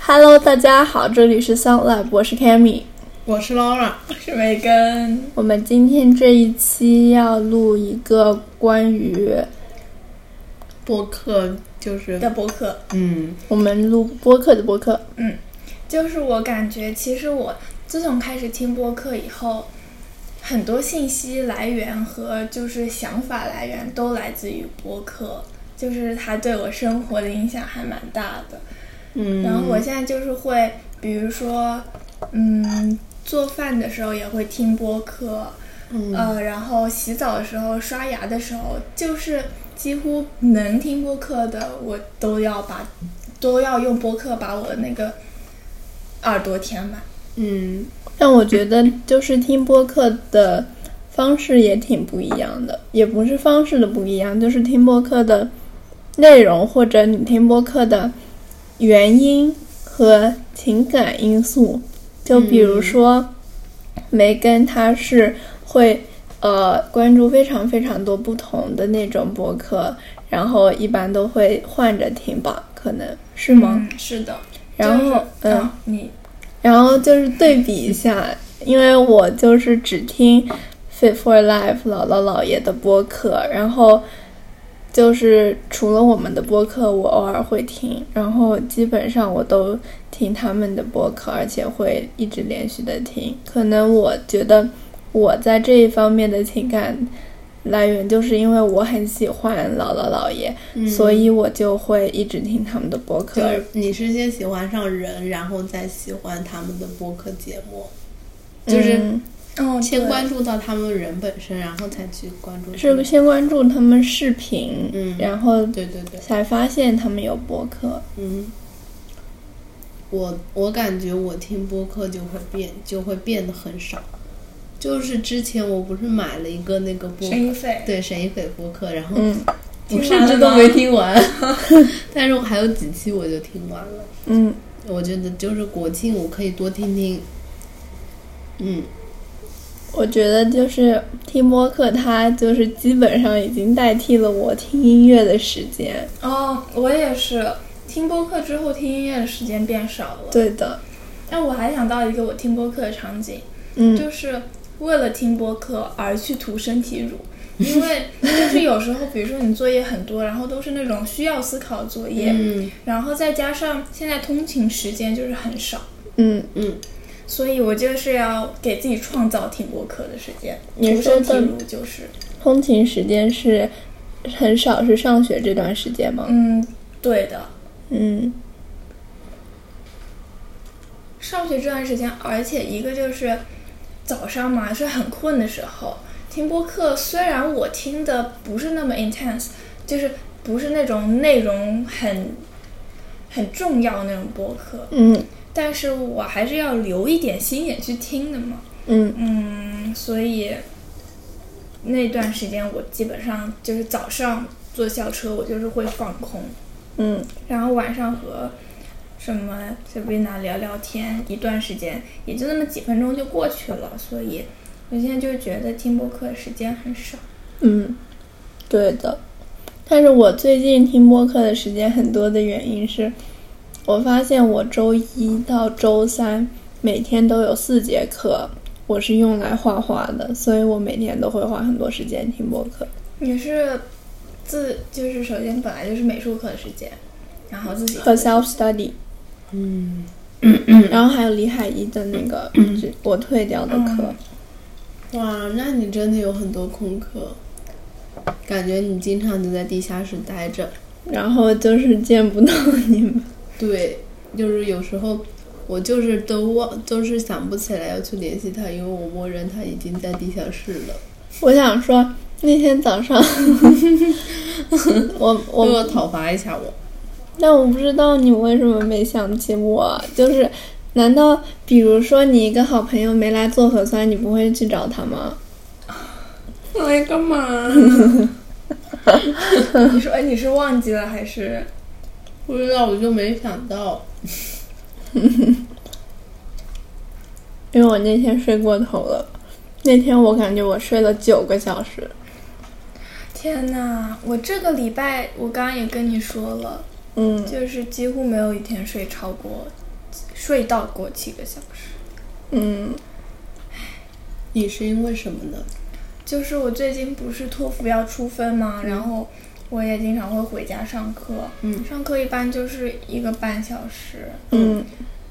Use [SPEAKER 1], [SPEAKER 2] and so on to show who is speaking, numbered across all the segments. [SPEAKER 1] Hello，大家好，这里是 Sound Lab，我是 Cammy。
[SPEAKER 2] 我是 Laura，是梅根。
[SPEAKER 1] 我们今天这一期要录一个关于
[SPEAKER 2] 播客就是，
[SPEAKER 3] 的播客，
[SPEAKER 2] 嗯，
[SPEAKER 1] 我们录播客的播客，
[SPEAKER 3] 就是我感觉，其实我自从开始听播客以后，很多信息来源和就是想法来源都来自于播客，就是它对我生活的影响还蛮大的。嗯，然后我现在就是会，比如说，嗯，做饭的时候也会听播客，呃，然后洗澡的时候、刷牙的时候，就是几乎能听播客的，我都要把都要用播客把我的那个耳朵填满。
[SPEAKER 2] 嗯，
[SPEAKER 1] 但我觉得就是听播客的方式也挺不一样的，也不是方式的不一样，就是听播客的内容或者你听播客的原因和情感因素。就比
[SPEAKER 3] 嗯
[SPEAKER 1] 如说，梅根她是会呃关注非常非常多不同的那种播客，然后一般都会换着听吧，可能是吗？
[SPEAKER 3] 嗯，是的。
[SPEAKER 1] 然后
[SPEAKER 3] 就是
[SPEAKER 1] 嗯
[SPEAKER 3] 啊你
[SPEAKER 1] 然后就是对比一下，因为我就是只听 Fit for Life 姥姥姥爷的播客，然后就是除了我们的播客，我偶尔会听，然后基本上我都听他们的播客，而且会一直连续的听。可能我觉得我在这一方面的情感来源，就是因为我很喜欢姥姥姥爷，
[SPEAKER 2] 嗯
[SPEAKER 1] 所以我就会一直听他们的播客
[SPEAKER 2] 就，是你是先喜欢上人，然后再喜欢他们的播客节目，就是
[SPEAKER 1] 嗯
[SPEAKER 3] 哦，
[SPEAKER 2] 先
[SPEAKER 3] 对
[SPEAKER 2] 关注到他们人本身，然后才去关注他
[SPEAKER 1] 是
[SPEAKER 2] 们。
[SPEAKER 1] 先关注他们视频，
[SPEAKER 2] 嗯
[SPEAKER 1] 然后
[SPEAKER 2] 对对对，
[SPEAKER 1] 才发现他们有博客。
[SPEAKER 2] 嗯。我我感觉我听播客就会变，就会变得很少。就是之前我不是买了一个那个播
[SPEAKER 3] 声音费，
[SPEAKER 2] 对沈一斐播客，然后
[SPEAKER 1] 嗯
[SPEAKER 2] 我
[SPEAKER 3] 听
[SPEAKER 2] 甚
[SPEAKER 3] 完
[SPEAKER 2] 至
[SPEAKER 3] 了
[SPEAKER 2] 都
[SPEAKER 3] 吗
[SPEAKER 2] 没听完， 但是我还有几期我就听完了。
[SPEAKER 1] 嗯，
[SPEAKER 2] 我觉得就是国庆，我可以多听听。嗯，
[SPEAKER 1] 我觉得就是听播客，它就是基本上已经代替了我听音乐的时间。
[SPEAKER 3] 哦，我也是听播客之后听音乐的时间变少了。
[SPEAKER 1] 对的，
[SPEAKER 3] 但我还想到一个我听播客的场景，
[SPEAKER 1] 嗯，
[SPEAKER 3] 就是为了听播客而去涂身 体乳，因为就是有时候，比如说你作业很多，然后都是那种需要思考的作业，
[SPEAKER 2] 嗯
[SPEAKER 3] 然后再加上现在通勤时间就是很少，
[SPEAKER 1] 嗯，
[SPEAKER 2] 嗯，
[SPEAKER 3] 所以我就是要给自己创造听播客的时间，
[SPEAKER 1] 你
[SPEAKER 3] 涂
[SPEAKER 1] 说
[SPEAKER 3] 身体
[SPEAKER 1] 的
[SPEAKER 3] 乳就是，
[SPEAKER 1] 通勤时间是很少是上学这段时间吗？
[SPEAKER 3] 嗯，对的。
[SPEAKER 1] 嗯
[SPEAKER 3] 上学这段时间，而且一个就是早上嘛，是很困的时候听播客。虽然我听的不是那么 intense，就是不是那种内容很很重要那种播客，
[SPEAKER 1] 嗯
[SPEAKER 3] 但是我还是要留一点心眼去听的嘛。
[SPEAKER 1] 嗯
[SPEAKER 3] 嗯，所以那段时间我基本上就是早上坐校车，我就是会放空。
[SPEAKER 1] 嗯
[SPEAKER 3] 然后晚上和什么 Sabrina 聊聊天，一段时间也就那么几分钟就过去了，所以我现在就觉得听播客时间很少。
[SPEAKER 1] 嗯，对的。但是我最近听播客的时间很多的原因是，我发现我周一到周三每天都有四节课，我是用来画画的，所以我每天都会花很多时间听播客。
[SPEAKER 3] 也是自就是首先本来就是美术课的时间，然后自己
[SPEAKER 1] 和 self study，
[SPEAKER 2] 嗯，
[SPEAKER 1] 然后还有李海一的那个只我退掉的课，
[SPEAKER 2] 哇，那你真的有很多空课，感觉你经常就在地下室待着。
[SPEAKER 1] 然后就是见不到你们。
[SPEAKER 2] 对，就是有时候我就是都忘，就是想不起来要去联系他，因为我默认他已经在地下室了。
[SPEAKER 1] 我想说，那天早上 我我
[SPEAKER 2] 又要讨伐一下我。
[SPEAKER 1] 但我不知道你为什么没想起我，就是，难道比如说你一个好朋友没来做核酸，你不会去找他吗？
[SPEAKER 3] 来干嘛？你说哎，你是忘记了还是？
[SPEAKER 2] 不知道，我就没想到。
[SPEAKER 1] 因为我那天睡过头了，那天我感觉我睡了九个小时，
[SPEAKER 3] 天呐，我这个礼拜我刚刚也跟你说了，
[SPEAKER 1] 嗯，
[SPEAKER 3] 就是几乎没有一天睡超过睡到过七个小时。
[SPEAKER 1] 嗯，
[SPEAKER 2] 你是因为什么呢？
[SPEAKER 3] 就是我最近不是托福要出分嘛，然后我也经常会回家上课，
[SPEAKER 2] 嗯
[SPEAKER 3] 上课一般就是一个半小时，
[SPEAKER 1] 嗯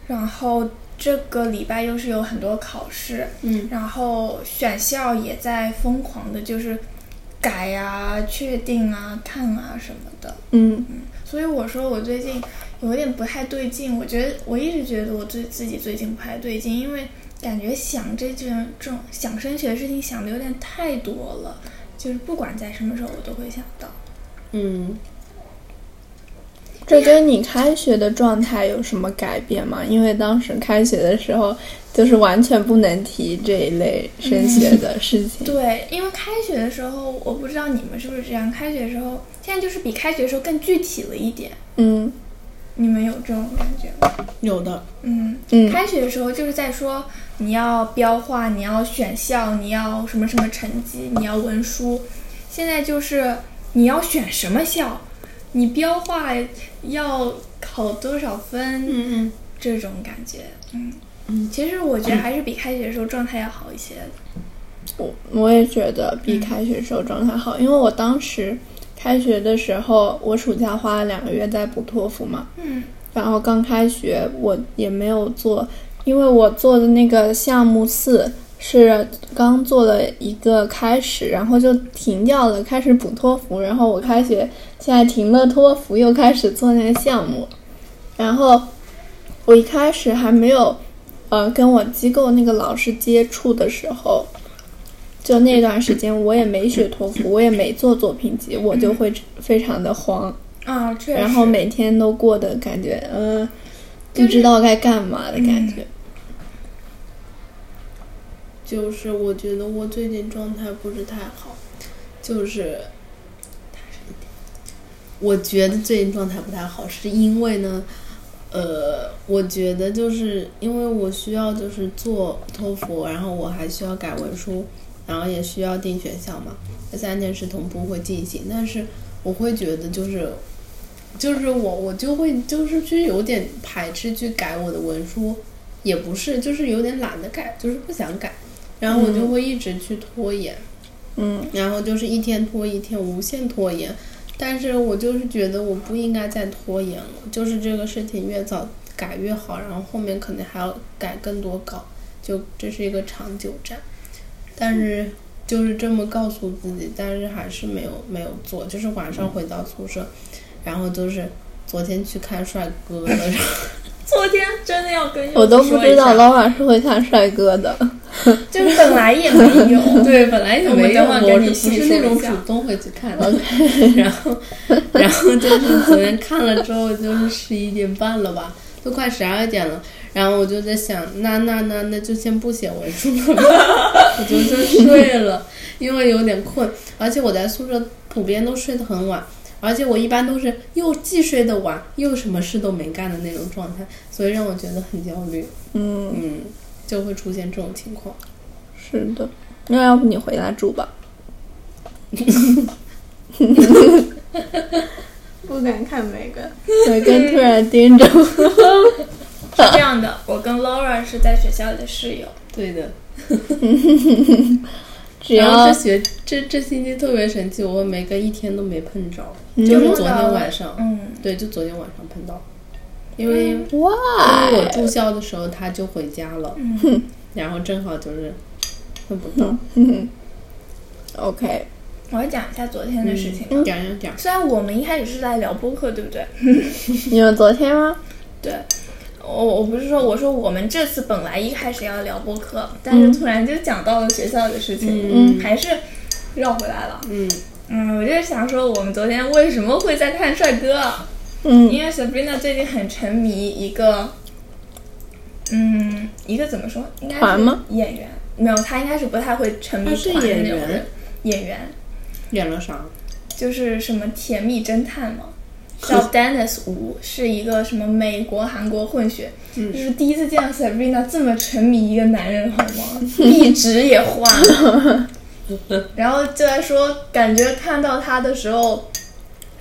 [SPEAKER 3] 然后这个礼拜又是有很多考试，
[SPEAKER 2] 嗯
[SPEAKER 3] 然后选校也在疯狂的，就是改啊、确定啊、看啊什么的。
[SPEAKER 1] 嗯
[SPEAKER 3] 所以我说我最近有点不太对劲，我觉得我一直觉得我对自己最近不太对劲，因为感觉想这件这种想升学的事情想的有点太多了，就是不管在什么时候我都会想到。
[SPEAKER 2] 嗯，
[SPEAKER 1] 这跟你开学的状态有什么改变吗？因为当时开学的时候，就是完全不能提这一类升学的事情。
[SPEAKER 3] 对，因为开学的时候，我不知道你们是不是这样，开学的时候现在就是比开学的时候更具体了一点，
[SPEAKER 1] 嗯
[SPEAKER 3] 你们有这种感觉吗？
[SPEAKER 2] 有的，
[SPEAKER 3] 嗯，
[SPEAKER 1] 嗯
[SPEAKER 3] 开学的时候就是在说你要标化，你要选校，你要什么什么成绩，你要文书。现在就是你要选什么校，你标化要考多少分，
[SPEAKER 2] 嗯嗯，
[SPEAKER 3] 这种感觉。嗯嗯，其实我觉得还是比开学的时候状态要好一些的。
[SPEAKER 1] 我我也觉得比开学时候状态好，因为我当时开学的时候，我暑假花了两个月在补托福嘛，
[SPEAKER 3] 嗯
[SPEAKER 1] 然后刚开学我也没有做，因为我做的那个项目四是刚做了一个开始，然后就停掉了，开始补托福，然后我开学现在停了托福，又开始做那个项目，然后我一开始还没有呃跟我机构那个老师接触的时候。就那段时间，我也没学托福，我也没做作品集，我就会非常的慌。
[SPEAKER 3] 啊，确实。
[SPEAKER 1] 然后每天都过得感觉，呃，不
[SPEAKER 3] 就是
[SPEAKER 1] 知道该干嘛的感觉。
[SPEAKER 2] 就是我觉得我最近状态不是太好，就是，我觉得最近状态不太好，是因为呢，呃，我觉得就是因为我需要就是做托福，然后我还需要改文书，然后也需要定选项嘛，这三件事同步会进行，但是我会觉得就是。就是我，我就会就是去有点排斥去改我的文书，也不是，就是有点懒得改，就是不想改，然后我就会一直去拖延，
[SPEAKER 1] 嗯
[SPEAKER 2] 然后就是一天拖一天，无限拖延。但是我就是觉得我不应该再拖延了，就是这个事情越早改越好，然后后面可能还要改更多稿，就这是一个长久战。但是就是这么告诉自己，但是还是没有没有做，就是晚上回到宿舍，然后就是昨天去看帅哥了，然后
[SPEAKER 3] 昨天真的要跟
[SPEAKER 1] 我都不知道
[SPEAKER 3] 了，
[SPEAKER 1] 老板是会看帅哥的。
[SPEAKER 3] 就是本来也没 有。
[SPEAKER 2] 对，本来也
[SPEAKER 3] 我
[SPEAKER 2] 没
[SPEAKER 3] 们
[SPEAKER 2] 有，
[SPEAKER 3] 等会儿
[SPEAKER 2] 我
[SPEAKER 3] 跟
[SPEAKER 2] 是
[SPEAKER 3] 你
[SPEAKER 2] 不
[SPEAKER 3] 细
[SPEAKER 2] 是
[SPEAKER 3] 说
[SPEAKER 2] 那种
[SPEAKER 3] 一
[SPEAKER 2] 主
[SPEAKER 3] 下
[SPEAKER 2] 动会去看的。 然后，然后就是昨天看了之后，就是十一点半了吧，都快十二点了。然后我就在想，那那那那就先不写文书了吧， 我就就睡了，因为有点困，而且我在宿舍普遍都睡得很晚。而且我一般都是又既睡得晚，又什么事都没干的那种状态，所以让我觉得很焦虑，
[SPEAKER 1] 嗯，
[SPEAKER 2] 嗯，就会出现这种情况。
[SPEAKER 1] 是的。那要不你回家住吧？
[SPEAKER 3] 不敢看梅根。
[SPEAKER 1] 梅根突然盯着 我。
[SPEAKER 3] 是这样的，我跟 Laura 是在学校里的室友。
[SPEAKER 2] 对的，
[SPEAKER 1] 只
[SPEAKER 2] 然后
[SPEAKER 1] 要
[SPEAKER 2] 这学这这星期特别神奇，我每个一天都没碰着，
[SPEAKER 1] 嗯
[SPEAKER 2] 就是昨天晚上，
[SPEAKER 3] 嗯，
[SPEAKER 2] 对，就昨天晚上碰到，因为因为我
[SPEAKER 1] why？
[SPEAKER 2] 住校的时候他就回家了，
[SPEAKER 3] 嗯
[SPEAKER 2] 然后正好就是碰不到，
[SPEAKER 1] 嗯，OK，
[SPEAKER 3] 我要讲一下昨天的事情啊。
[SPEAKER 2] 嗯点点点，
[SPEAKER 3] 虽然我们一开始是在聊播客，对不对？
[SPEAKER 1] 你有昨天吗？
[SPEAKER 3] 对，我我不是说，我说我们这次本来一开始要聊播客，但
[SPEAKER 1] 嗯
[SPEAKER 3] 是突然就讲到了学校的事情，
[SPEAKER 2] 嗯
[SPEAKER 3] 还是绕回来了。
[SPEAKER 2] 嗯
[SPEAKER 3] 嗯，我就想说，我们昨天为什么会在看帅哥？
[SPEAKER 1] 嗯
[SPEAKER 3] 因为 Sabrina 最近很沉迷一个，嗯，一个怎么说？应该是
[SPEAKER 1] 团吗
[SPEAKER 3] 演员没有，他应该是不太会沉迷
[SPEAKER 2] 他是
[SPEAKER 3] 团的
[SPEAKER 2] 演
[SPEAKER 3] 那种
[SPEAKER 2] 员
[SPEAKER 3] 人。演员
[SPEAKER 2] 演了啥？
[SPEAKER 3] 就是什么《甜蜜侦探》嘛，叫 Dennis Wu，是一个什么美国韩国混血。就是第一次见到 Sabrina 这么沉迷一个男人，好吗？壁纸也换了，然后就在说，感觉看到他的时候，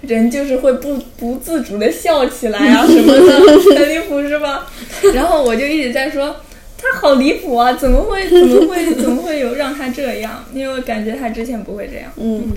[SPEAKER 3] 人就是会不不自主的笑起来啊什么的，很离谱是吧？然后我就一直在说。他好离谱啊！怎么会怎么会怎么会有让他这样？因为我感觉他之前不会这样。
[SPEAKER 1] 嗯，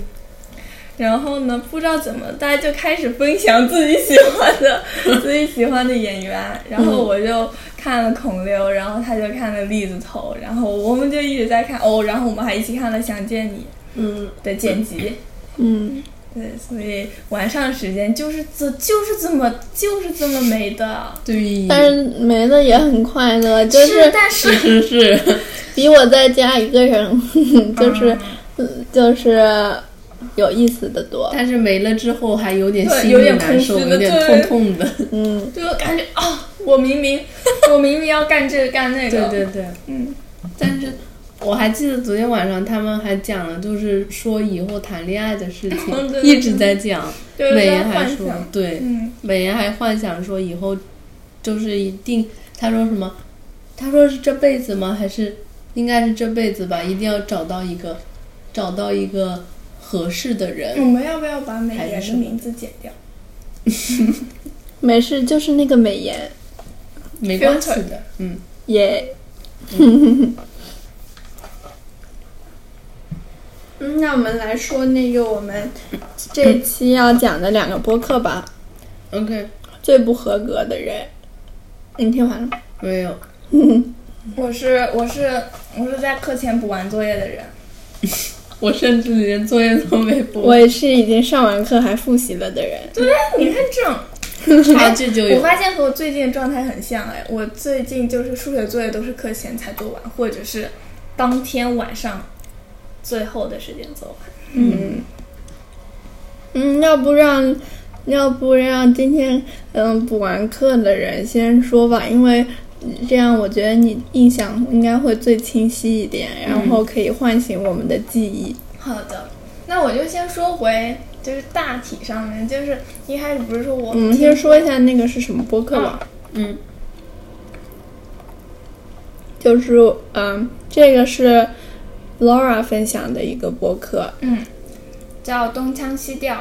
[SPEAKER 3] 然后呢，不知道怎么，大家就开始分享自己喜欢 的、自己喜欢的演员。然后我就看了孔刘，然后他就看了栗子头，然后我们就一直在看哦，然后我们还一起看了《想见你
[SPEAKER 2] 嗯，》
[SPEAKER 3] 的 剪辑。
[SPEAKER 1] 嗯，
[SPEAKER 3] 对，所以晚上时间就是这就是这么就是这么没的，
[SPEAKER 2] 对，
[SPEAKER 1] 但是没了也很快乐，就是是
[SPEAKER 3] 但是
[SPEAKER 2] 是是，
[SPEAKER 1] 比我在家一个人， 就是、嗯就是有意思的多。
[SPEAKER 2] 但是没了之后还有点
[SPEAKER 3] 对
[SPEAKER 2] 心
[SPEAKER 3] 有
[SPEAKER 2] 里
[SPEAKER 3] 点
[SPEAKER 2] 难受，
[SPEAKER 3] 空虚的
[SPEAKER 2] 有点
[SPEAKER 3] 对
[SPEAKER 2] 痛痛的。
[SPEAKER 1] 嗯，
[SPEAKER 3] 对我感觉啊、我明 明我明明要干这个干那个，
[SPEAKER 2] 对对对，
[SPEAKER 3] 嗯，
[SPEAKER 2] 但是我还记得昨天晚上他们还讲了，就是说以后谈恋爱的事
[SPEAKER 3] 哦对对
[SPEAKER 2] 情，
[SPEAKER 3] 对
[SPEAKER 2] 一直在讲。
[SPEAKER 3] 对
[SPEAKER 2] 美
[SPEAKER 3] 对
[SPEAKER 2] 颜
[SPEAKER 3] 在
[SPEAKER 2] 还
[SPEAKER 3] 幻
[SPEAKER 2] 说
[SPEAKER 3] 想，，
[SPEAKER 2] 对，
[SPEAKER 3] 嗯，
[SPEAKER 2] 美颜还幻想说以后就是一定，他说什么？他说是这辈子吗？还是应该是这辈子吧？一定要找到一个，找到一个合适的
[SPEAKER 3] 我
[SPEAKER 2] 人。
[SPEAKER 3] 们要不要把美
[SPEAKER 2] 还
[SPEAKER 3] 颜
[SPEAKER 2] 是
[SPEAKER 3] 的
[SPEAKER 2] 什么
[SPEAKER 3] 名字剪掉？
[SPEAKER 1] 没事，就是那个美颜
[SPEAKER 2] 没关系的，嗯，
[SPEAKER 1] 也嗯， 那我们来说那个我们这期要讲的两个播客吧，
[SPEAKER 2] OK，
[SPEAKER 1] 最不合格的人，你听完了吗？
[SPEAKER 2] 没有，
[SPEAKER 3] 我是我是我是在课前补完作业的人，
[SPEAKER 2] 我甚至连作业都没补
[SPEAKER 1] 我，也是已经上完课还复习了的人。
[SPEAKER 3] 对，你看这种，
[SPEAKER 2] 差距就
[SPEAKER 3] 我
[SPEAKER 2] 有。
[SPEAKER 3] 发现和我最近的状态很像哎，我最近就是数学作业都是课前才做完，或者是当天晚上最后的时间做完。
[SPEAKER 1] 嗯，嗯，要不让，要不让今天嗯补完课的人先说吧，因为这样我觉得你印象应该会最清晰一点，然
[SPEAKER 3] 嗯
[SPEAKER 1] 后可以唤醒我们的记忆。
[SPEAKER 3] 好的，那我就先说回就是大体上面，就是一开始不是说我
[SPEAKER 1] 我们嗯先说一下那个是什么播客
[SPEAKER 3] 啊
[SPEAKER 1] 吧。
[SPEAKER 2] 嗯，
[SPEAKER 1] 就是嗯，这个是 Laura 分享的一个播客，
[SPEAKER 3] 嗯，叫《东腔西调》，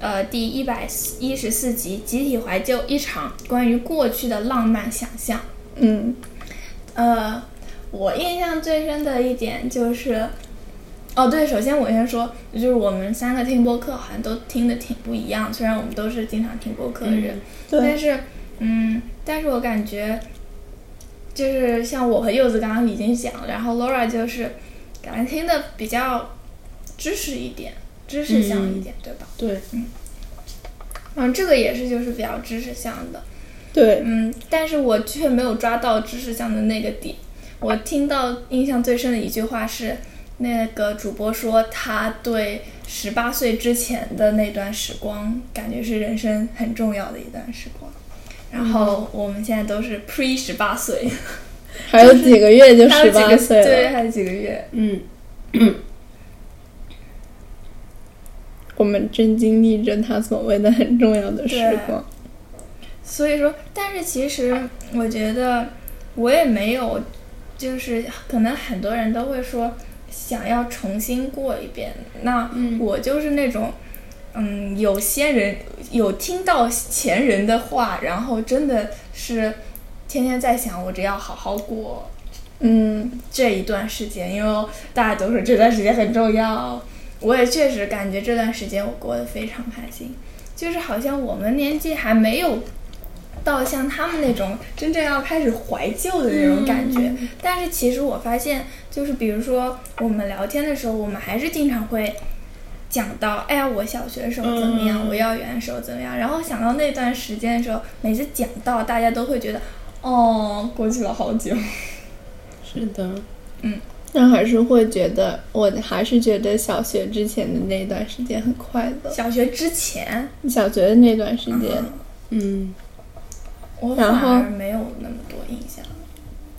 [SPEAKER 3] 呃，第一百一十四集《集体怀旧一场关于过去的浪漫想象》。
[SPEAKER 1] 嗯
[SPEAKER 3] 呃，我印象最深的一点就是，哦对，首先我先说，就是我们三个听播客好像都听的挺不一样，虽然我们都是经常听播客的人，
[SPEAKER 2] 嗯
[SPEAKER 1] 对
[SPEAKER 3] 但是嗯，但是我感觉就是像我和柚子刚刚已经讲了，然后 Laura 就是感觉听的比较知识一点，知识向一点，对吧？
[SPEAKER 2] 对，
[SPEAKER 3] 嗯，这个也是就是比较知识向的。
[SPEAKER 1] 对，
[SPEAKER 3] 嗯，但是我却没有抓到知识上的那个点。我听到印象最深的一句话是，那个主播说他对十八岁之前的那段时光，感觉是人生很重要的一段时光。然后
[SPEAKER 1] 嗯
[SPEAKER 3] 我们现在都是 pre 十八岁，
[SPEAKER 1] 还有几个月就
[SPEAKER 3] 还有
[SPEAKER 1] 十
[SPEAKER 3] 几
[SPEAKER 1] 八
[SPEAKER 3] 个
[SPEAKER 1] 岁了，
[SPEAKER 3] 对，还有几个月。
[SPEAKER 2] 嗯，
[SPEAKER 1] 我们正经历着他所谓的很重要的时光。
[SPEAKER 3] 所以说，但是其实我觉得我也没有，就是可能很多人都会说想要重新过一遍。那
[SPEAKER 2] 嗯
[SPEAKER 3] 我就是那种，嗯，有些人有听到前人的话，然后真的是天天在想，我只要好好过
[SPEAKER 1] 嗯，
[SPEAKER 3] 这一段时间，因为大家都说这段时间很重要。我也确实感觉这段时间我过得非常开心，就是好像我们年纪还没有到像他们那种真正要开始怀旧的那种感觉。但是其实我发现，就是比如说我们聊天的时候，我们还是经常会。讲到，哎呀，我小学的时候怎么样，
[SPEAKER 2] 嗯
[SPEAKER 3] 我幼儿园的时候怎么样，然后想到那段时间的时候，每次讲到，大家都会觉得，哦，过去了好久。
[SPEAKER 2] 是的，
[SPEAKER 1] 但还是会觉得，我还是觉得小学之前的那段时间很快乐。
[SPEAKER 3] 小学之前，
[SPEAKER 1] 小学的那段时间，
[SPEAKER 2] 嗯，
[SPEAKER 3] 我
[SPEAKER 1] 然
[SPEAKER 3] 反
[SPEAKER 1] 后
[SPEAKER 3] 而没有那么多印象。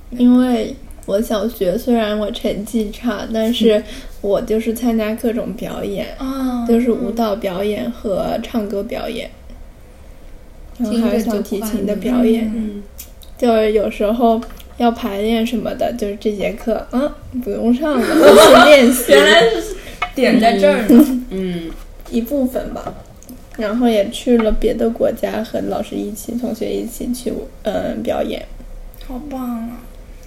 [SPEAKER 1] 因为我小学虽然我成绩差，但是我就是参加各种表演，
[SPEAKER 3] 啊
[SPEAKER 1] 就是舞蹈表演和唱歌表演，然后还有小提琴的表演。
[SPEAKER 2] 嗯，
[SPEAKER 1] 就是有时候要排练什么的，就是这节课，嗯，不用上了，去练习。
[SPEAKER 3] 原来是点在这儿呢。
[SPEAKER 2] 嗯，
[SPEAKER 1] 一部分吧。然后也去了别的国家，和老师一起、同学一起去嗯表演。
[SPEAKER 3] 好棒啊！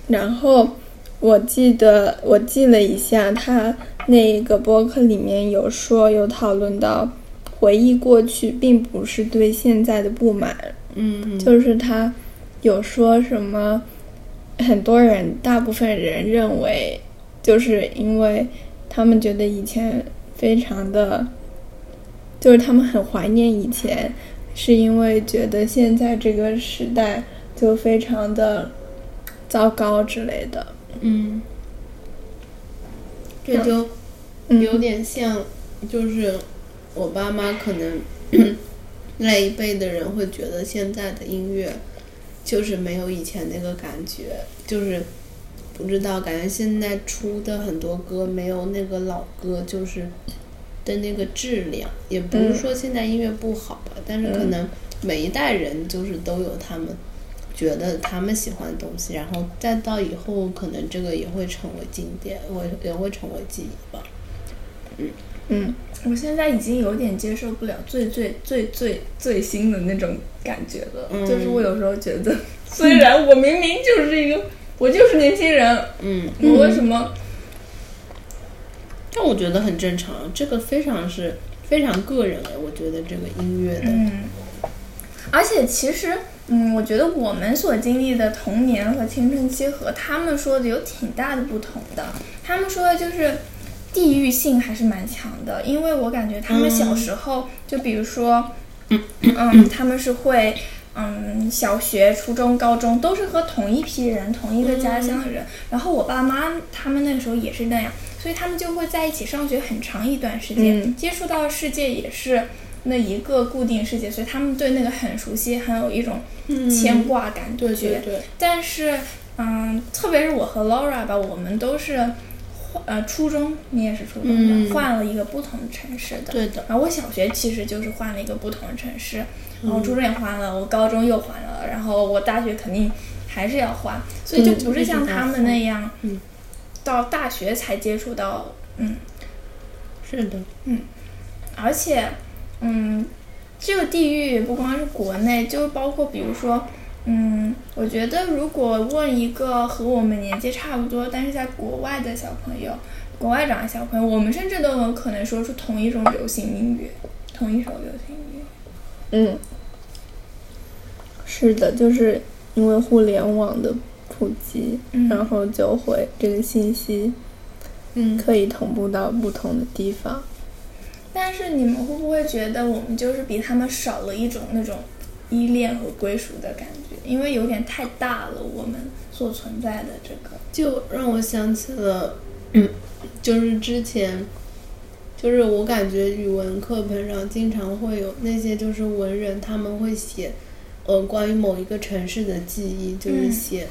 [SPEAKER 1] 然后我记得我记了一下，他那个播客里面有说有讨论到，回忆过去并不是对现在的不满，
[SPEAKER 2] 嗯，
[SPEAKER 1] 就是他有说什么，很多人大部分人认为，就是因为他们觉得以前非常的，就是他们很怀念以前，是因为觉得现在这个时代就非常的糟糕之类的。
[SPEAKER 2] 嗯，这就
[SPEAKER 1] 嗯
[SPEAKER 2] 有点像，就是我爸妈可能 那一辈的人会觉得现在的音乐就是没有以前那个感觉，就是不知道，感觉现在出的很多歌没有那个老歌就是的那个质量，也不是说现在音乐不好吧，但是可能每一代人就是都有他们觉得他们喜欢的东西，然后再到以后，可能这个也会成为经典，我也会成为记忆吧。
[SPEAKER 1] 嗯，
[SPEAKER 3] 我现在已经有点接受不了最最最最最新的那种感觉了，
[SPEAKER 2] 嗯
[SPEAKER 3] 就是我有时候觉得， 虽然我明明就是一个，我就是年轻人，
[SPEAKER 2] 嗯，
[SPEAKER 3] 我为什么？
[SPEAKER 2] 但我觉得很正常，这个非常是非常个人哎，我觉得这个音乐的，
[SPEAKER 3] 嗯，而且其实，嗯，我觉得我们所经历的童年和青春期和他们说的有挺大的不同的。他们说的就是地域性还是蛮强的，因为我感觉他们小时候，就比如说，嗯，他们是会。嗯，小学、初中、高中都是和同一批人、同一个家乡的人。然后我爸妈他们那时候也是那样，所以他们就会在一起上学很长一段时间，
[SPEAKER 1] 嗯
[SPEAKER 3] 接触到的世界也是那一个固定世界，所以他们对那个很熟悉，很有一种牵挂感觉。
[SPEAKER 2] 嗯对对对，
[SPEAKER 3] 但是，嗯，特别是我和 Laura 吧，我们都是换，呃，初中你也是初中的，
[SPEAKER 2] 嗯
[SPEAKER 3] 换了一个不同城市的。
[SPEAKER 2] 对的。
[SPEAKER 3] 然后我小学其实就是换了一个不同的城市，
[SPEAKER 2] 嗯
[SPEAKER 3] 然后初中也换了，我高中又换了，然后我大学肯定还是要换，所以就
[SPEAKER 2] 对
[SPEAKER 3] 不是像他们那样，
[SPEAKER 2] 嗯
[SPEAKER 3] 到大学才接触到，嗯，
[SPEAKER 2] 是的，
[SPEAKER 3] 而且，嗯，这个地域不光是国内，就包括比如说，嗯，我觉得如果问一个和我们年纪差不多，但是在国外的小朋友，国外长的小朋友，我们甚至都有可能说出同一种流行音乐，同一首流行音乐。
[SPEAKER 1] 嗯，是的，就是因为互联网的普及，
[SPEAKER 3] 嗯
[SPEAKER 1] 然后就会这个信息
[SPEAKER 2] 嗯，
[SPEAKER 1] 可以同步到不同的地方。
[SPEAKER 3] 但是你们会不会觉得我们就是比他们少了一种那种依恋和归属的感觉？因为有点太大了，我们所存在的这个，
[SPEAKER 2] 就让我想起了，嗯，就是之前，就是我感觉语文课本上经常会有那些就是文人他们会写，呃，关于某一个城市的记忆，就是
[SPEAKER 3] 嗯
[SPEAKER 2] 写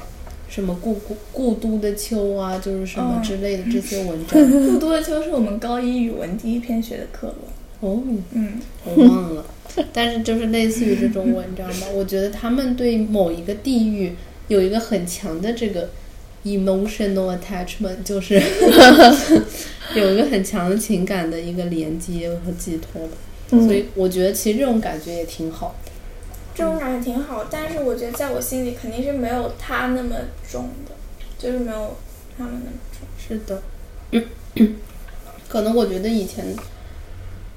[SPEAKER 2] 什么故故故都的秋啊，就是什么
[SPEAKER 3] 哦
[SPEAKER 2] 之类的这些文章。
[SPEAKER 3] 故都的秋是我们高一语文第一篇学的课文。
[SPEAKER 2] 哦，
[SPEAKER 3] 嗯
[SPEAKER 2] 我忘了，但是就是类似于这种文章吧。我觉得他们对某一个地域有一个很强的这个 emotional attachment，就是 有一个很强的情感的一个连接和寄托吧。
[SPEAKER 1] 嗯
[SPEAKER 2] 所以我觉得其实这种感觉也挺好的。，
[SPEAKER 3] 这种感觉挺好，但是我觉得在我心里肯定是没有他那么重的，就是没有他们那么重。
[SPEAKER 2] 是的，可能我觉得以前，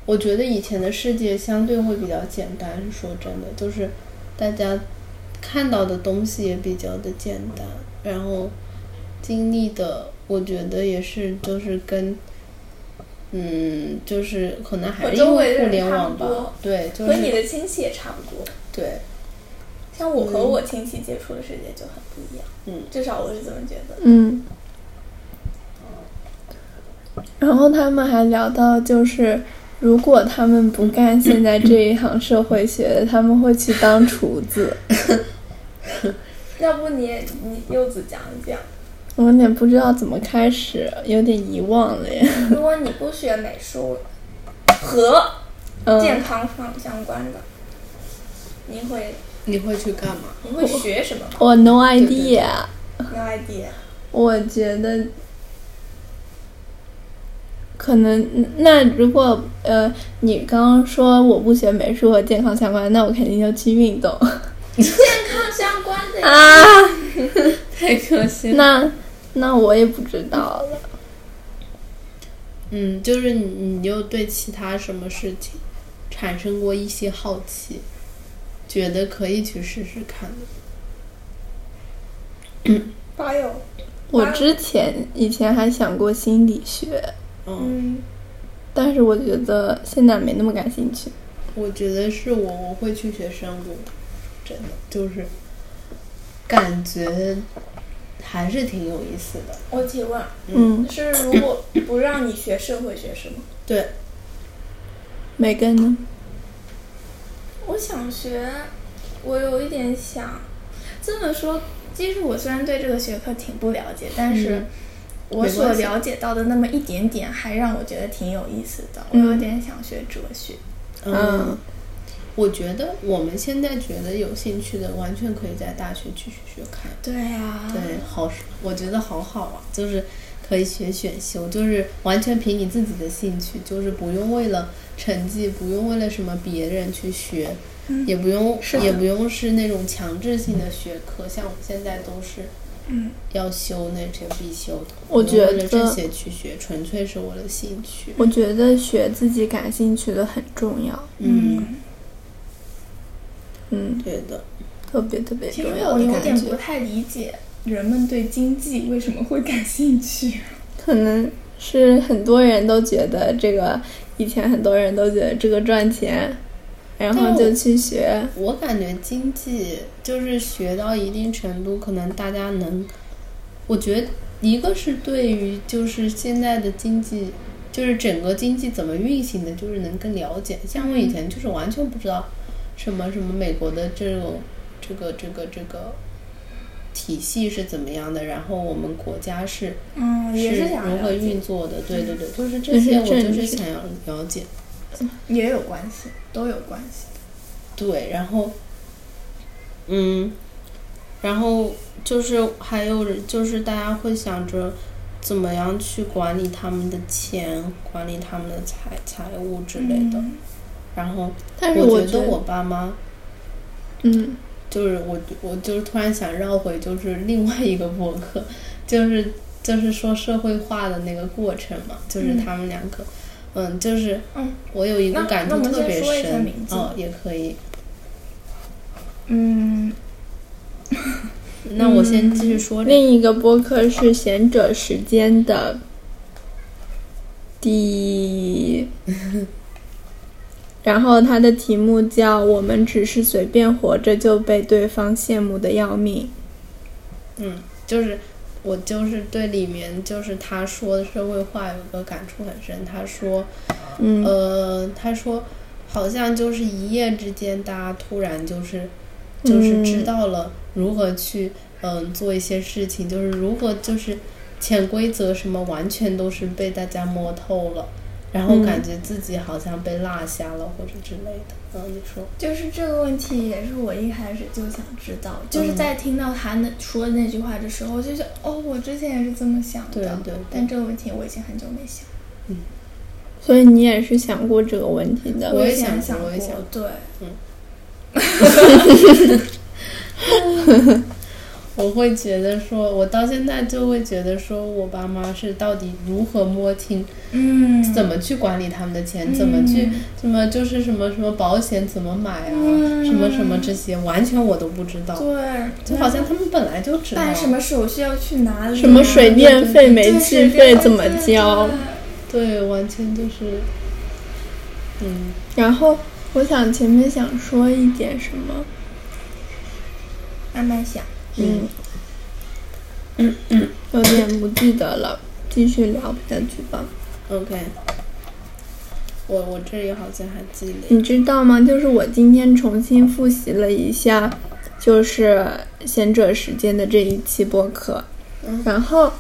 [SPEAKER 2] 我觉得以前的世界相对会比较简单。说真的，就是大家看到的东西也比较的简单，然后经历的，我觉得也是，就是跟。嗯，就是可能还
[SPEAKER 3] 和
[SPEAKER 2] 是
[SPEAKER 3] 周
[SPEAKER 2] 因
[SPEAKER 3] 围
[SPEAKER 2] 为
[SPEAKER 3] 的
[SPEAKER 2] 互
[SPEAKER 3] 人
[SPEAKER 2] 联
[SPEAKER 3] 差
[SPEAKER 2] 网
[SPEAKER 3] 不
[SPEAKER 2] 吧
[SPEAKER 3] 多，
[SPEAKER 2] 对，就
[SPEAKER 3] 和你
[SPEAKER 2] 是嗯
[SPEAKER 3] 的亲戚也差不多，
[SPEAKER 2] 对，
[SPEAKER 3] 像我和我亲戚接触的世界就很不一样。
[SPEAKER 2] 嗯，
[SPEAKER 3] 至少我是这么觉得。
[SPEAKER 1] 嗯，然后他们还聊到，就是如果他们不干现在这一行社会学，他们会去当厨子。
[SPEAKER 3] 要不你也你柚子讲一讲，
[SPEAKER 1] 我有点不知道怎么开始，有点遗忘了耶。
[SPEAKER 3] 如果你不学美术和
[SPEAKER 1] 嗯，
[SPEAKER 3] 健康方相关的，你会
[SPEAKER 2] 你会去干嘛？
[SPEAKER 3] 你会学什么
[SPEAKER 1] 我 no
[SPEAKER 2] 对对
[SPEAKER 1] idea，
[SPEAKER 3] ？No idea。
[SPEAKER 1] 我觉得。可能那如果呃，你刚刚说我不学美术和健康相关，那我肯定就去运 动
[SPEAKER 3] 健康相关的呀，
[SPEAKER 1] 啊。
[SPEAKER 2] 太可惜了。
[SPEAKER 1] 那那我也不知道了。
[SPEAKER 2] 嗯，就是你，你又对其他什么事情产生过一些好奇，觉得可以去试试看的。嗯
[SPEAKER 3] 保有，
[SPEAKER 1] 我之前以前还想过心理学，
[SPEAKER 2] 嗯，
[SPEAKER 3] 嗯，
[SPEAKER 1] 但是我觉得现在没那么感兴趣。
[SPEAKER 2] 我觉得是我，我会去学生物，真的就是感觉还是挺有意思的。
[SPEAKER 3] 我提问，啊
[SPEAKER 1] 嗯，
[SPEAKER 3] 是如果不让你学社会学是吗？
[SPEAKER 2] 对，
[SPEAKER 1] 梅根呢？
[SPEAKER 3] 我想学，我有一点想这么说。其实我虽然对这个学科挺不了解，但是
[SPEAKER 2] 嗯
[SPEAKER 3] 我所
[SPEAKER 2] 没关系
[SPEAKER 3] 了解到的那么一点点，还让我觉得挺有意思的。我
[SPEAKER 1] 嗯
[SPEAKER 3] 有点想学哲学。
[SPEAKER 1] 嗯
[SPEAKER 2] 我觉得我们现在觉得有兴趣的，完全可以在大学去学学看。
[SPEAKER 3] 对啊呀、
[SPEAKER 2] 对，好，我觉得好好啊，就是可以学选修，就是完全凭你自己的兴趣，就是不用为了成绩，不用为了什么别人去学，
[SPEAKER 3] 嗯
[SPEAKER 2] 也不用
[SPEAKER 3] 是的
[SPEAKER 2] 也不用是那种强制性的学科，像我们现在都是
[SPEAKER 3] 嗯，
[SPEAKER 2] 要修那些必修的，
[SPEAKER 1] 我
[SPEAKER 2] 不用为
[SPEAKER 1] 觉
[SPEAKER 2] 了这
[SPEAKER 1] 得
[SPEAKER 2] 些去学，纯粹是我的兴趣。
[SPEAKER 1] 我觉得学自己感兴趣的很重要。
[SPEAKER 2] 嗯，
[SPEAKER 1] 嗯，
[SPEAKER 2] 对的，
[SPEAKER 1] 特别特别
[SPEAKER 3] 其
[SPEAKER 1] 重
[SPEAKER 3] 实
[SPEAKER 1] 要
[SPEAKER 3] 我
[SPEAKER 1] 的
[SPEAKER 3] 有
[SPEAKER 1] 感
[SPEAKER 3] 点不
[SPEAKER 1] 觉，
[SPEAKER 3] 太理解人们对经济为什么会感兴趣。
[SPEAKER 1] 可能是很多人都觉得这个，以前很多人都觉得这个赚钱，然
[SPEAKER 2] 但
[SPEAKER 1] 后
[SPEAKER 2] 我
[SPEAKER 1] 就去学。
[SPEAKER 2] 我感觉经济就是学到一定程度，可能大家能，我觉得一个是对于就是现在的经济，就是整个经济怎么运行的，就是能更了解。像我以前就是完全不知道什么什么美国的这种这个这个这个体系是怎么样的，然后我们国家是
[SPEAKER 3] 嗯，也
[SPEAKER 2] 是
[SPEAKER 3] 是想
[SPEAKER 2] 如何
[SPEAKER 3] 了解，
[SPEAKER 2] 运作的，对对对，就是
[SPEAKER 1] 就
[SPEAKER 2] 这
[SPEAKER 1] 是
[SPEAKER 2] 些我就
[SPEAKER 1] 政
[SPEAKER 2] 是
[SPEAKER 1] 治
[SPEAKER 2] 想要了解。
[SPEAKER 3] 也有关系，都有关系。
[SPEAKER 2] 对，然后，嗯，然后就是还有人就是大家会想着怎么样去管理他们的钱，管理他们的财财务之类的。
[SPEAKER 3] 嗯
[SPEAKER 2] 然后
[SPEAKER 1] 但是
[SPEAKER 2] 我
[SPEAKER 1] 觉得，
[SPEAKER 2] 我爸妈
[SPEAKER 1] 嗯，
[SPEAKER 2] 就是我我就是突然想绕回就是另外一个博客，就是就是说社会化的那个过程嘛，就是
[SPEAKER 3] 嗯
[SPEAKER 2] 他们两个，嗯，就是
[SPEAKER 3] 嗯
[SPEAKER 2] 我有一个
[SPEAKER 3] 那
[SPEAKER 2] 感
[SPEAKER 3] 那
[SPEAKER 2] 触
[SPEAKER 3] 我们
[SPEAKER 2] 特
[SPEAKER 3] 先
[SPEAKER 2] 别
[SPEAKER 3] 说一下
[SPEAKER 2] 深
[SPEAKER 3] 名，字
[SPEAKER 2] 哦，也可以。
[SPEAKER 3] 嗯，
[SPEAKER 2] 那我先继续说这个
[SPEAKER 1] 另一个播客是《贤者时间》的第，然后它的题目叫“我们只是随便活着就被对方羡慕的要命
[SPEAKER 2] 嗯，就是我就是对里面就是他说的社会化有个感触很深，他说，”。
[SPEAKER 1] 嗯，
[SPEAKER 2] 呃，他说好像就是一夜之间，大家突然就是就是知
[SPEAKER 1] 嗯
[SPEAKER 2] 道了如何去嗯、做一些事情，就是如何就是潜规则什么完全都是被大家摸透了。然后
[SPEAKER 1] 嗯
[SPEAKER 2] 感觉自己好像被落下了，或者之类的。嗯，你说，
[SPEAKER 3] 就是这个问题，也是我一开始就想知道，
[SPEAKER 2] 嗯
[SPEAKER 3] 就是在听到他那说那句话的时候，就是哦，我之前也是这么想
[SPEAKER 2] 对
[SPEAKER 3] 的。
[SPEAKER 2] 对对
[SPEAKER 3] 但这个问题我已经很久没想，
[SPEAKER 1] 所以你也是想过这个问题的。
[SPEAKER 2] 我也
[SPEAKER 3] 以前
[SPEAKER 2] 想
[SPEAKER 3] 想
[SPEAKER 2] 过我也想
[SPEAKER 3] 过
[SPEAKER 2] 过，
[SPEAKER 3] 对，
[SPEAKER 2] 我会觉得说，我到现在就会觉得说，我爸妈是到底如何摸清
[SPEAKER 3] 嗯，
[SPEAKER 2] 怎么去管理他们的钱，
[SPEAKER 3] 嗯
[SPEAKER 2] 怎么去，怎么就是什么什么保险怎么买啊，
[SPEAKER 3] 嗯
[SPEAKER 2] 什么什么这些，完全我都不知道。
[SPEAKER 3] 对，
[SPEAKER 2] 就好像他们本来就知道
[SPEAKER 3] 办什么手续要去哪里啊，
[SPEAKER 1] 什么水电费、
[SPEAKER 3] 对
[SPEAKER 1] 煤气费怎么？
[SPEAKER 3] 水电
[SPEAKER 1] 交
[SPEAKER 3] 对？对
[SPEAKER 2] 对，完全就是，嗯，
[SPEAKER 1] 然后我想前面想说一点什么，
[SPEAKER 3] 慢慢 想，
[SPEAKER 1] 嗯，有点不记得了，继续聊下去吧。
[SPEAKER 2] ，OK，我我这里好像还记得，
[SPEAKER 1] 你知道吗？就是我今天重新复习了一下，就是《贤者时间》的这一期播客，
[SPEAKER 2] 嗯
[SPEAKER 1] 然后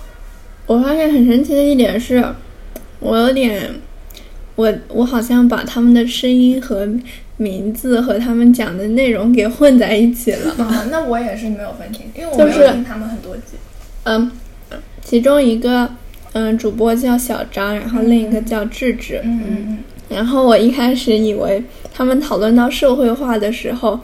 [SPEAKER 1] 我发现很神奇的一点是，我有点，我我好像把他们的声音和名字和他们讲的内容给混在一起了。
[SPEAKER 3] 啊，那我也是没有分清，因为我
[SPEAKER 1] 就
[SPEAKER 3] 没
[SPEAKER 1] 是
[SPEAKER 3] 有听他们很多集。
[SPEAKER 1] 嗯，其中一个嗯，主播叫小张，然后另一个叫智智。
[SPEAKER 3] 嗯嗯
[SPEAKER 1] 然后我一开始以为他们讨论到社会化的时候，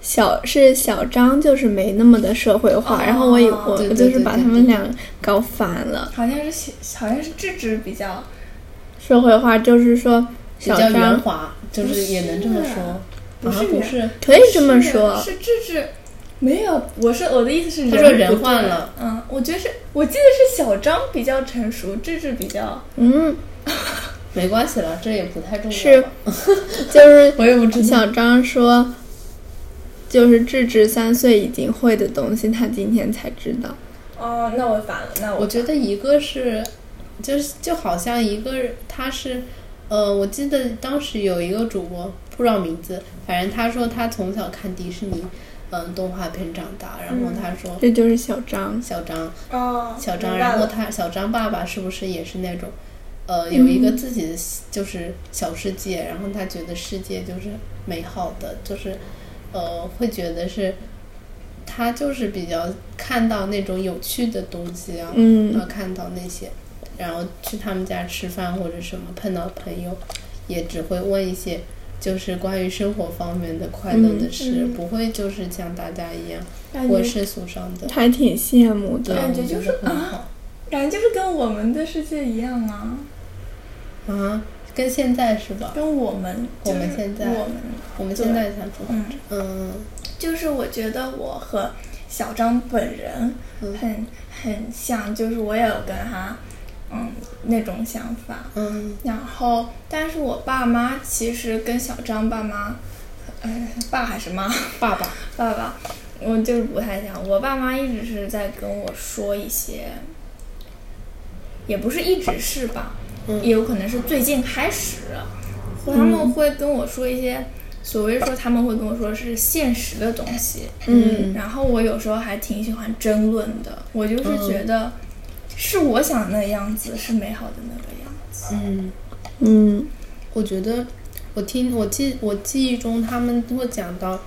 [SPEAKER 1] 小是小张就是没那么的社会化，
[SPEAKER 3] 哦
[SPEAKER 1] 然后我以我我
[SPEAKER 2] 对对
[SPEAKER 1] 就是
[SPEAKER 2] 对
[SPEAKER 1] 把
[SPEAKER 2] 对
[SPEAKER 1] 他们
[SPEAKER 2] 对
[SPEAKER 1] 俩搞反了
[SPEAKER 3] 嗯，。好像是小好像是智智比较
[SPEAKER 1] 社会化就是说
[SPEAKER 2] 比
[SPEAKER 1] 小
[SPEAKER 2] 较圆
[SPEAKER 1] 张
[SPEAKER 2] 滑，就是也能这么说。
[SPEAKER 3] 不是
[SPEAKER 2] 啊，不
[SPEAKER 3] 圆
[SPEAKER 2] 是，
[SPEAKER 1] 可以这么
[SPEAKER 3] 是
[SPEAKER 1] 说，
[SPEAKER 3] 是智智。没有，我是我的意思是人，
[SPEAKER 2] 他说人换了，
[SPEAKER 3] 嗯，我觉得是，我记得是小张比较成熟，智智比较
[SPEAKER 1] 嗯，
[SPEAKER 2] 没关系了，这也不太重要。
[SPEAKER 1] 是，就是
[SPEAKER 2] 我也不知道。
[SPEAKER 1] 小张说，就是智智三岁已经会的东西，他今天才知道。
[SPEAKER 3] 哦，那我反了，那
[SPEAKER 2] 我觉得一个是，就是就好像一个他是，呃，我记得当时有一个主播不知道名字，反正他说他从小看迪士尼，嗯、动画片长大，然
[SPEAKER 3] 嗯
[SPEAKER 2] 后他说
[SPEAKER 1] 这就是小张，
[SPEAKER 2] 小张
[SPEAKER 3] 哦，
[SPEAKER 2] 小
[SPEAKER 3] 明
[SPEAKER 2] 张，
[SPEAKER 3] 白
[SPEAKER 2] 然后
[SPEAKER 3] 了
[SPEAKER 2] 他小张爸爸是不是也是那种，呃，有
[SPEAKER 3] 嗯
[SPEAKER 2] 一个自己的就是小世界，然后他觉得世界就是美好的，就是呃，会觉得是，他就是比较看到那种有趣的东西啊，然
[SPEAKER 1] 嗯
[SPEAKER 2] 后看到那些，然后去他们家吃饭或者什么，碰到朋友也只会问一些。就是关于生活方面的快乐的事，
[SPEAKER 3] 嗯嗯
[SPEAKER 2] 不会就是像大家一样
[SPEAKER 3] 感
[SPEAKER 2] 问
[SPEAKER 3] 觉
[SPEAKER 2] 世俗上的。
[SPEAKER 1] 他还挺羡慕
[SPEAKER 2] 对，
[SPEAKER 1] 的。
[SPEAKER 3] 感觉
[SPEAKER 2] 我
[SPEAKER 3] 就是
[SPEAKER 2] 很好。
[SPEAKER 3] 感觉就是跟我们的世界一样啊，
[SPEAKER 2] 啊，跟现在是吧？
[SPEAKER 3] 跟我们
[SPEAKER 2] 我
[SPEAKER 3] 就是
[SPEAKER 2] 们现在
[SPEAKER 3] 我们
[SPEAKER 2] 我们现在才说，
[SPEAKER 3] 嗯，
[SPEAKER 2] 嗯，
[SPEAKER 3] 就是我觉得我和小张本人
[SPEAKER 2] 嗯
[SPEAKER 3] 很很像，就是我也有跟他嗯那种想法，
[SPEAKER 2] 嗯，
[SPEAKER 3] 然后，但是我爸妈其实跟小张爸妈，呃，爸还是妈，
[SPEAKER 2] 爸爸，
[SPEAKER 3] 爸爸，我就是不太像。我爸妈一直是在跟我说一些，也不是一直是吧，
[SPEAKER 2] 嗯
[SPEAKER 3] 也有可能是最近开始，他们会跟我说一些，所谓说他们会跟我说是现实的东西，
[SPEAKER 1] 嗯
[SPEAKER 3] 然后我有时候还挺喜欢争论的，我就是
[SPEAKER 2] 嗯
[SPEAKER 3] 觉得，是我想那样子是美好的那个样子。
[SPEAKER 2] 嗯，
[SPEAKER 1] 嗯
[SPEAKER 2] 我觉得我听我记我记忆中他们会讲到，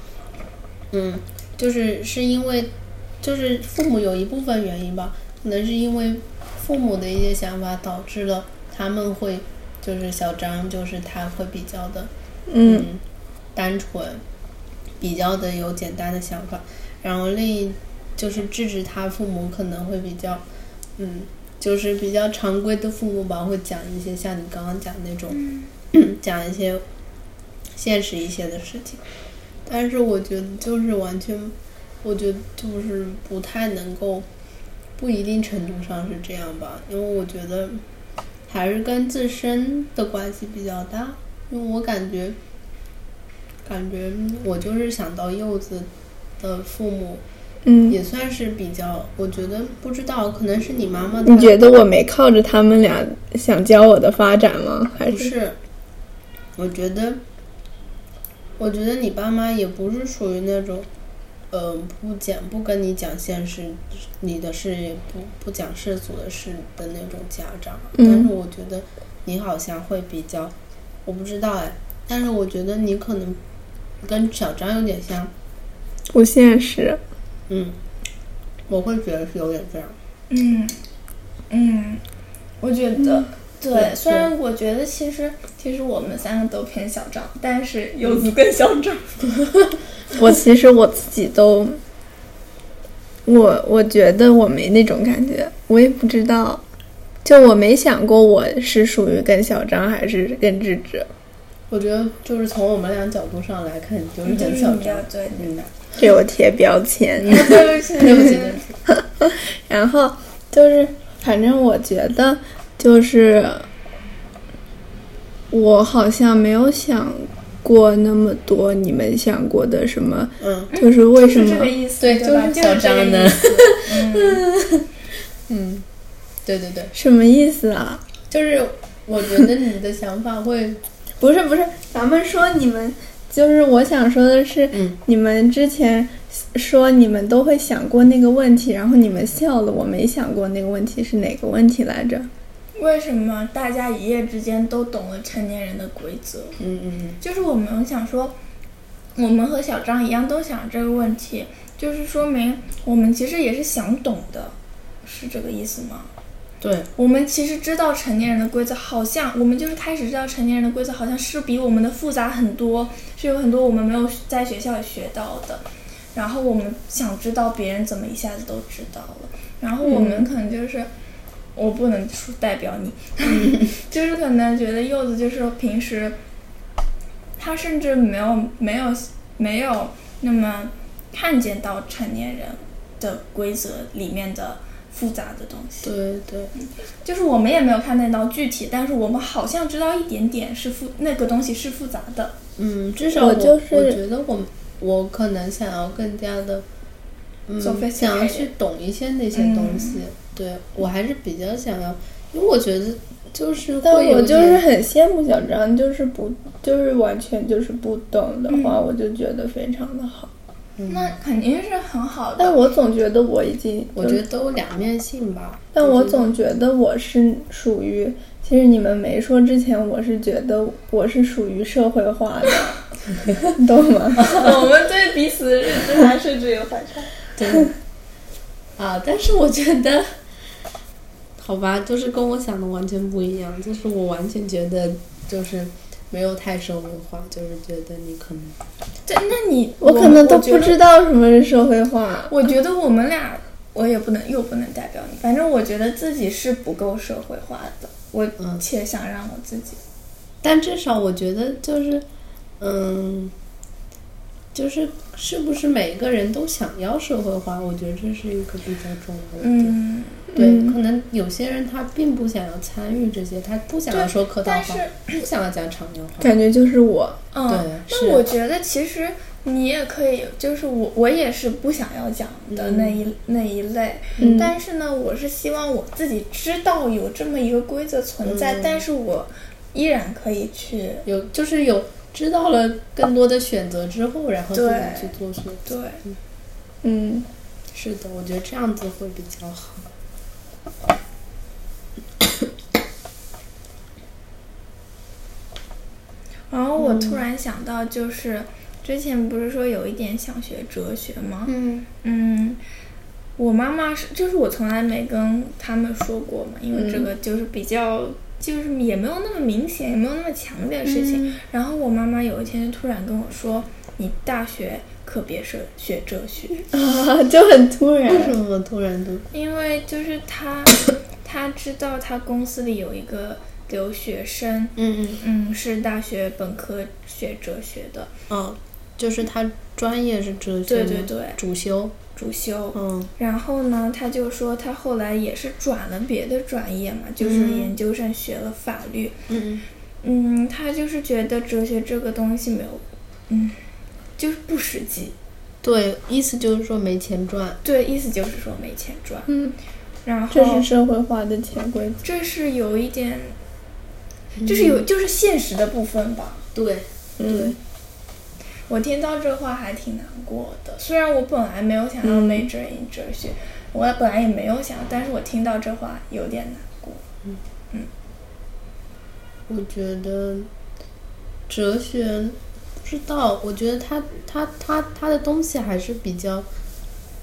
[SPEAKER 2] 嗯，就是是因为就是父母有一部分原因吧，可能是因为父母的一些想法导致了他们会就是小张就是他会比较的
[SPEAKER 1] 嗯
[SPEAKER 2] 嗯，单纯，比较的有简单的想法，然后另一就是制止他父母可能会比较，嗯，就是比较常规的父母吧，会讲一些像你刚刚讲那种， 讲一些现实一些的事情，但是我觉得就是完全，我觉得就是不太能够，不一定程度上是这样吧，因为我觉得还是跟自身的关系比较大，因为我感觉，感觉我就是想到柚子的父母
[SPEAKER 1] 嗯，
[SPEAKER 2] 也算是比较，我觉得不知道，可能是你妈妈
[SPEAKER 1] 你
[SPEAKER 2] 她
[SPEAKER 1] 觉得我没靠着他们俩想教我的发展吗？还
[SPEAKER 2] 不
[SPEAKER 1] 是
[SPEAKER 2] 是，我觉得，我觉得你爸妈也不是属于那种，呃，不讲不跟你讲现实你的事，也不不讲世俗的事的那种家长。啊
[SPEAKER 1] 嗯
[SPEAKER 2] 但是我觉得你好像会比较，我不知道哎，但是我觉得你可能跟小张有点像，
[SPEAKER 1] 不现实？
[SPEAKER 2] 嗯，我会觉得是有点这样。
[SPEAKER 3] 嗯，嗯，我觉得对。
[SPEAKER 2] 嗯对
[SPEAKER 3] 虽然我觉得其实其实我们三个都偏小张，但是柚子更小张。
[SPEAKER 1] 我其实我自己都，我我觉得我没那种感觉，我也不知道，就我没想过我是属于跟小张还是跟智智，
[SPEAKER 2] 我觉得就是从我们俩角度上来看，你就是
[SPEAKER 3] 就
[SPEAKER 2] 很
[SPEAKER 3] 是
[SPEAKER 2] 小
[SPEAKER 3] 你比
[SPEAKER 2] 张
[SPEAKER 3] 较，对，
[SPEAKER 2] 嗯，
[SPEAKER 1] 给我贴标签。
[SPEAKER 3] 对不起，
[SPEAKER 2] 对不起，对不起，
[SPEAKER 1] 然后就是，反正我觉得就是，我好像没有想过那么多你们想过的什么，
[SPEAKER 2] 嗯。
[SPEAKER 1] 就是为什
[SPEAKER 3] 是这
[SPEAKER 1] 么
[SPEAKER 3] 个意思，
[SPEAKER 2] 对
[SPEAKER 3] 对吧？
[SPEAKER 2] 就是小张呢
[SPEAKER 3] 就是这个意思。嗯
[SPEAKER 2] 嗯，对对对，
[SPEAKER 1] 什么意思啊？
[SPEAKER 2] 就是我觉得你的想法会，
[SPEAKER 1] 不是不是，咱们说你们，就是我想说的是，
[SPEAKER 2] 嗯
[SPEAKER 1] 你们之前说你们都会想过那个问题，然后你们笑了，我没想过那个问题是哪个问题来着？
[SPEAKER 3] 为什么大家一夜之间都懂了成年人的规则？
[SPEAKER 2] 嗯嗯
[SPEAKER 3] 就是我们想说，我们和小张一样都想这个问题，就是说明我们其实也是想懂的，是这个意思吗？
[SPEAKER 2] 对，
[SPEAKER 3] 我们其实知道成年人的规则，好像我们就是开始知道成年人的规则，好像是比我们的复杂很多，是有很多我们没有在学校里学到的。然后我们想知道别人怎么一下子都知道了，然后我们可能就是，我不能说代表你， 就是可能觉得柚子就是平时，他甚至没有没有没有那么看见到成年人的规则里面的复杂的东西。
[SPEAKER 2] 对对，
[SPEAKER 3] 就是我们也没有看见到具体，但是我们好像知道一点点是复那个东西是复杂的。
[SPEAKER 2] 嗯，至少
[SPEAKER 1] 我
[SPEAKER 2] 我
[SPEAKER 1] 就是
[SPEAKER 2] 我觉得我我可能想要更加的，嗯，
[SPEAKER 3] Sophisticated
[SPEAKER 2] 想要去懂一些那些东西。
[SPEAKER 1] 嗯
[SPEAKER 2] 对我还是比较想要，因为我觉得就是
[SPEAKER 1] 但
[SPEAKER 2] 会有
[SPEAKER 1] 我就是
[SPEAKER 2] 点
[SPEAKER 1] 很羡慕小张，就是不就是完全就是不懂的
[SPEAKER 2] 嗯
[SPEAKER 1] 话，我就觉得非常的好。
[SPEAKER 3] 那肯定是很好
[SPEAKER 1] 但
[SPEAKER 3] 的。
[SPEAKER 1] 我总觉得我已经，
[SPEAKER 2] 我觉得都有两面性吧。
[SPEAKER 1] 但
[SPEAKER 2] 我
[SPEAKER 1] 我
[SPEAKER 2] 觉得
[SPEAKER 1] 总觉得我是属于，其实你们没说之前，我是觉得我是属于社会化 的，你懂吗？
[SPEAKER 3] 我们对彼此的认知还是只有反差。
[SPEAKER 2] 对 啊，但是我觉得，好吧，就是跟我想的完全不一样，就是我完全觉得就是没有太社会化，就是觉得你可能
[SPEAKER 3] 对，那你
[SPEAKER 1] 我可能都
[SPEAKER 3] 我觉
[SPEAKER 1] 不
[SPEAKER 3] 得
[SPEAKER 1] 知道什么是社会化。
[SPEAKER 3] 我觉得我们俩，我也不能又不能代表你，反正我觉得自己是不够社会化的。我
[SPEAKER 2] 嗯
[SPEAKER 3] 且想让我自己，
[SPEAKER 2] 但至少我觉得就是，嗯，就是是不是每个人都想要社会化？我觉得这是一个比较重要的点。
[SPEAKER 3] 嗯，
[SPEAKER 2] 对，
[SPEAKER 1] 嗯
[SPEAKER 2] 可能有些人他并不想要参与这些，他不想要
[SPEAKER 3] 对
[SPEAKER 2] 说客套
[SPEAKER 3] 但
[SPEAKER 2] 话，不想要讲场面话。
[SPEAKER 1] 感觉就是我，
[SPEAKER 2] 对
[SPEAKER 3] 嗯，
[SPEAKER 2] 是
[SPEAKER 3] 那我觉得其实你也可以，就是我我也是不想要讲的那一、那一类、
[SPEAKER 1] 嗯
[SPEAKER 3] 但是呢，我是希望我自己知道有这么一个规则存在，
[SPEAKER 1] 嗯
[SPEAKER 3] 但是我依然可以去
[SPEAKER 2] 有就是有知道了更多的选择之后，然后自己
[SPEAKER 3] 对
[SPEAKER 2] 去做选择。
[SPEAKER 3] 对，
[SPEAKER 1] 嗯，
[SPEAKER 2] 是的，我觉得这样子会比较好。
[SPEAKER 3] 然后我突然想到，就是之前不是说有一点想学哲学吗？
[SPEAKER 1] 嗯
[SPEAKER 3] 嗯，我妈妈是，就是我从来没跟他们说过嘛，因为这
[SPEAKER 1] 嗯
[SPEAKER 3] 个就是比较，就是也没有那么明显，也没有那么强烈的事情。
[SPEAKER 1] 嗯
[SPEAKER 3] 然后我妈妈有一天就突然跟我说：“你大学可别是学哲学，
[SPEAKER 1] 啊，就很突然。
[SPEAKER 2] 为什么突然都
[SPEAKER 3] 因为就是 她，她知道她公司里有一个留学生，
[SPEAKER 2] 嗯嗯
[SPEAKER 3] 嗯，是大学本科学哲学的，
[SPEAKER 2] 哦，就是他专业是哲学，
[SPEAKER 3] 对对，对，
[SPEAKER 2] 主修，
[SPEAKER 3] 主修，
[SPEAKER 2] 嗯
[SPEAKER 3] 然后呢，他就说他后来也是转了别的专业嘛，就是
[SPEAKER 2] 嗯
[SPEAKER 3] 研究生学了法律。
[SPEAKER 2] 嗯
[SPEAKER 3] 嗯，他就是觉得哲学这个东西没有，嗯，就是不实际。
[SPEAKER 2] 对，意思就是说没钱赚，
[SPEAKER 3] 对，意思就是说没钱赚。
[SPEAKER 1] 嗯，
[SPEAKER 3] 然后
[SPEAKER 1] 这是社会化的潜规则。
[SPEAKER 3] 这是有一点，
[SPEAKER 2] 嗯
[SPEAKER 3] 就是有就是现实的部分吧。
[SPEAKER 2] 对，
[SPEAKER 1] 嗯，
[SPEAKER 3] 我听到这话还挺难过的，虽然我本来没有想要 major in 哲学，我本来也没有想，但是我听到这话有点难过。
[SPEAKER 2] 我觉得哲学不知道，我觉得他他他他的东西还是比较，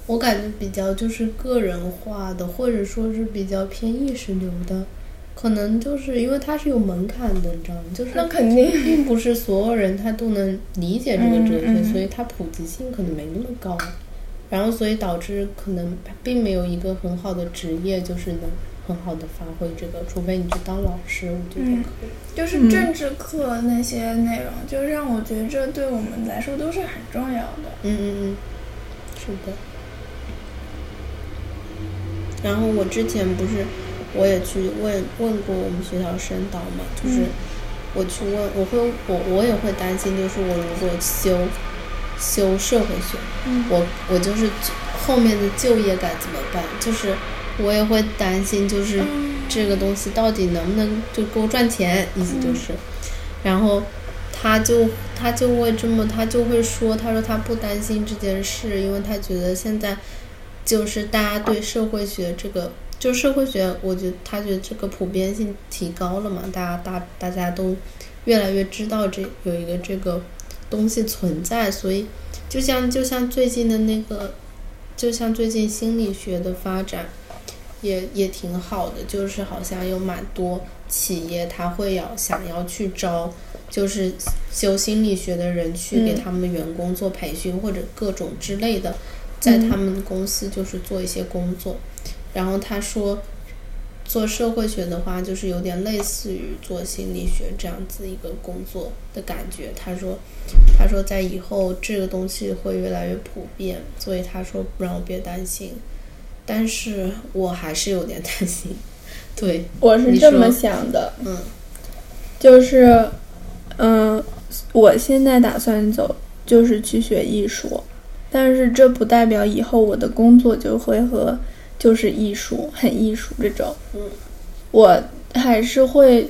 [SPEAKER 2] 我感觉比较就是个人化的，或者说是比较偏意识流的，可能就是因为它是有门槛的，你知道吗？就是
[SPEAKER 3] 那肯定
[SPEAKER 2] 并不是所有人他都能理解这个哲学，
[SPEAKER 3] 嗯嗯
[SPEAKER 2] 所以它普及性可能没那么高，然后所以导致可能并没有一个很好的职业，就是能很好的发挥这个，除非你去当老师，我觉得
[SPEAKER 3] 嗯
[SPEAKER 2] 可以。
[SPEAKER 3] 就是政治课那些内容，就让我觉得这对我们来说都是很重要的。
[SPEAKER 2] 嗯嗯嗯，是的。然后我之前不是我也去问问过我们学校生导嘛，就是我去问，我会我我也会担心，就是我如果修修社会学，我我就是后面的就业该怎么办？就是我也会担心，就是这个东西到底能不能就够赚钱，意思就是，然后他就他就会这么，他就会说，他说他不担心这件事，因为他觉得现在就是大家对社会学这个，就社会学，我觉得他觉得这个普遍性提高了嘛，大家大大家都越来越知道这有一个这个东西存在，所以就像就像最近的那个，就像最近心理学的发展，也也挺好的，就是好像有蛮多企业他会要想要去招，就是修心理学的人去
[SPEAKER 1] 嗯
[SPEAKER 2] 给他们员工做培训、或者各种之类的，在
[SPEAKER 1] 嗯
[SPEAKER 2] 他们公司就是做一些工作。然后他说，做社会学的话，就是有点类似于做心理学这样子一个工作的感觉。他说，他说在以后这个东西会越来越普遍，所以他说让我别担心，但是我还是有点 担心。对，
[SPEAKER 1] 我是
[SPEAKER 2] 你
[SPEAKER 1] 这
[SPEAKER 2] 说
[SPEAKER 1] 么想的，
[SPEAKER 2] 嗯，
[SPEAKER 1] 就是，嗯，我现在打算走就是去学艺术，但是这不代表以后我的工作就会和就是艺术很艺术这种，
[SPEAKER 2] 嗯，
[SPEAKER 1] 我还是会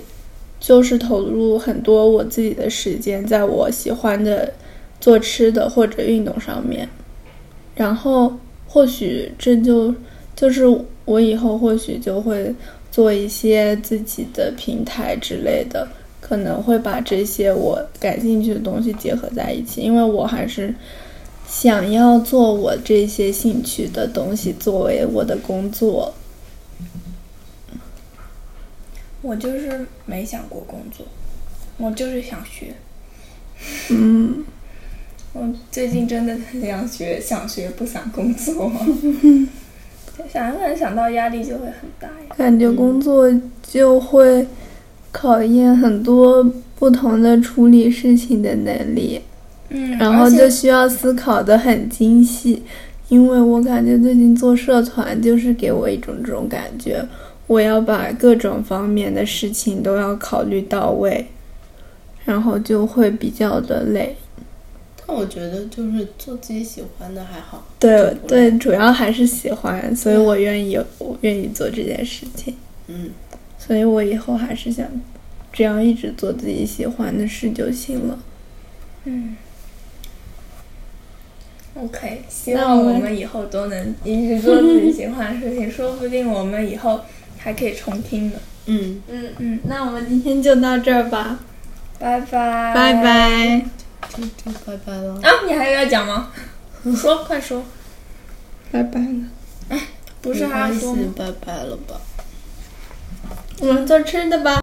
[SPEAKER 1] 就是投入很多我自己的时间在我喜欢的做吃的或者运动上面，然后或许这就就是我以后或许就会做一些自己的平台之类的，可能会把这些我感兴趣的东西结合在一起，因为我还是想要做我这些兴趣的东西作为我的工作。
[SPEAKER 3] 我就是没想过工作，我就是想学。
[SPEAKER 1] 嗯，
[SPEAKER 3] 我最近真的很想学，想学不想工作。想一想，想到压力就会很大呀。
[SPEAKER 1] 感觉工作就会考验很多不同的处理事情的能力。
[SPEAKER 3] 嗯，
[SPEAKER 1] 然后
[SPEAKER 3] 而且
[SPEAKER 1] 就需要思考的很精细，因为我感觉最近做社团就是给我一种这种感觉，我要把各种方面的事情都要考虑到位，然后就会比较的累。
[SPEAKER 2] 但我觉得就是做自己喜欢的还好。
[SPEAKER 1] 对嗯
[SPEAKER 2] 这不累
[SPEAKER 1] 对，主要还是喜欢，所以我愿意我愿意做这件事情，
[SPEAKER 2] 嗯，
[SPEAKER 1] 所以我以后还是想，只要一直做自己喜欢的事就行了。
[SPEAKER 3] 嗯，OK，希
[SPEAKER 1] 那
[SPEAKER 3] 望
[SPEAKER 1] 我
[SPEAKER 3] 我
[SPEAKER 1] 们
[SPEAKER 3] 们以后都能一直做自己喜欢的事情，说不定我们以后还可以重听呢。
[SPEAKER 2] 嗯，
[SPEAKER 1] 嗯
[SPEAKER 3] 嗯，
[SPEAKER 1] 那我们今天就到这儿吧，
[SPEAKER 3] 拜拜，
[SPEAKER 1] 拜拜。
[SPEAKER 2] 就就拜拜了。
[SPEAKER 3] 啊！你还有要讲吗？说，快说，哎
[SPEAKER 1] 拜拜了。
[SPEAKER 3] 不是还要
[SPEAKER 2] 没关
[SPEAKER 3] 说
[SPEAKER 2] 系
[SPEAKER 3] 吗？
[SPEAKER 2] 拜拜了吧？
[SPEAKER 1] 我们做吃的吧。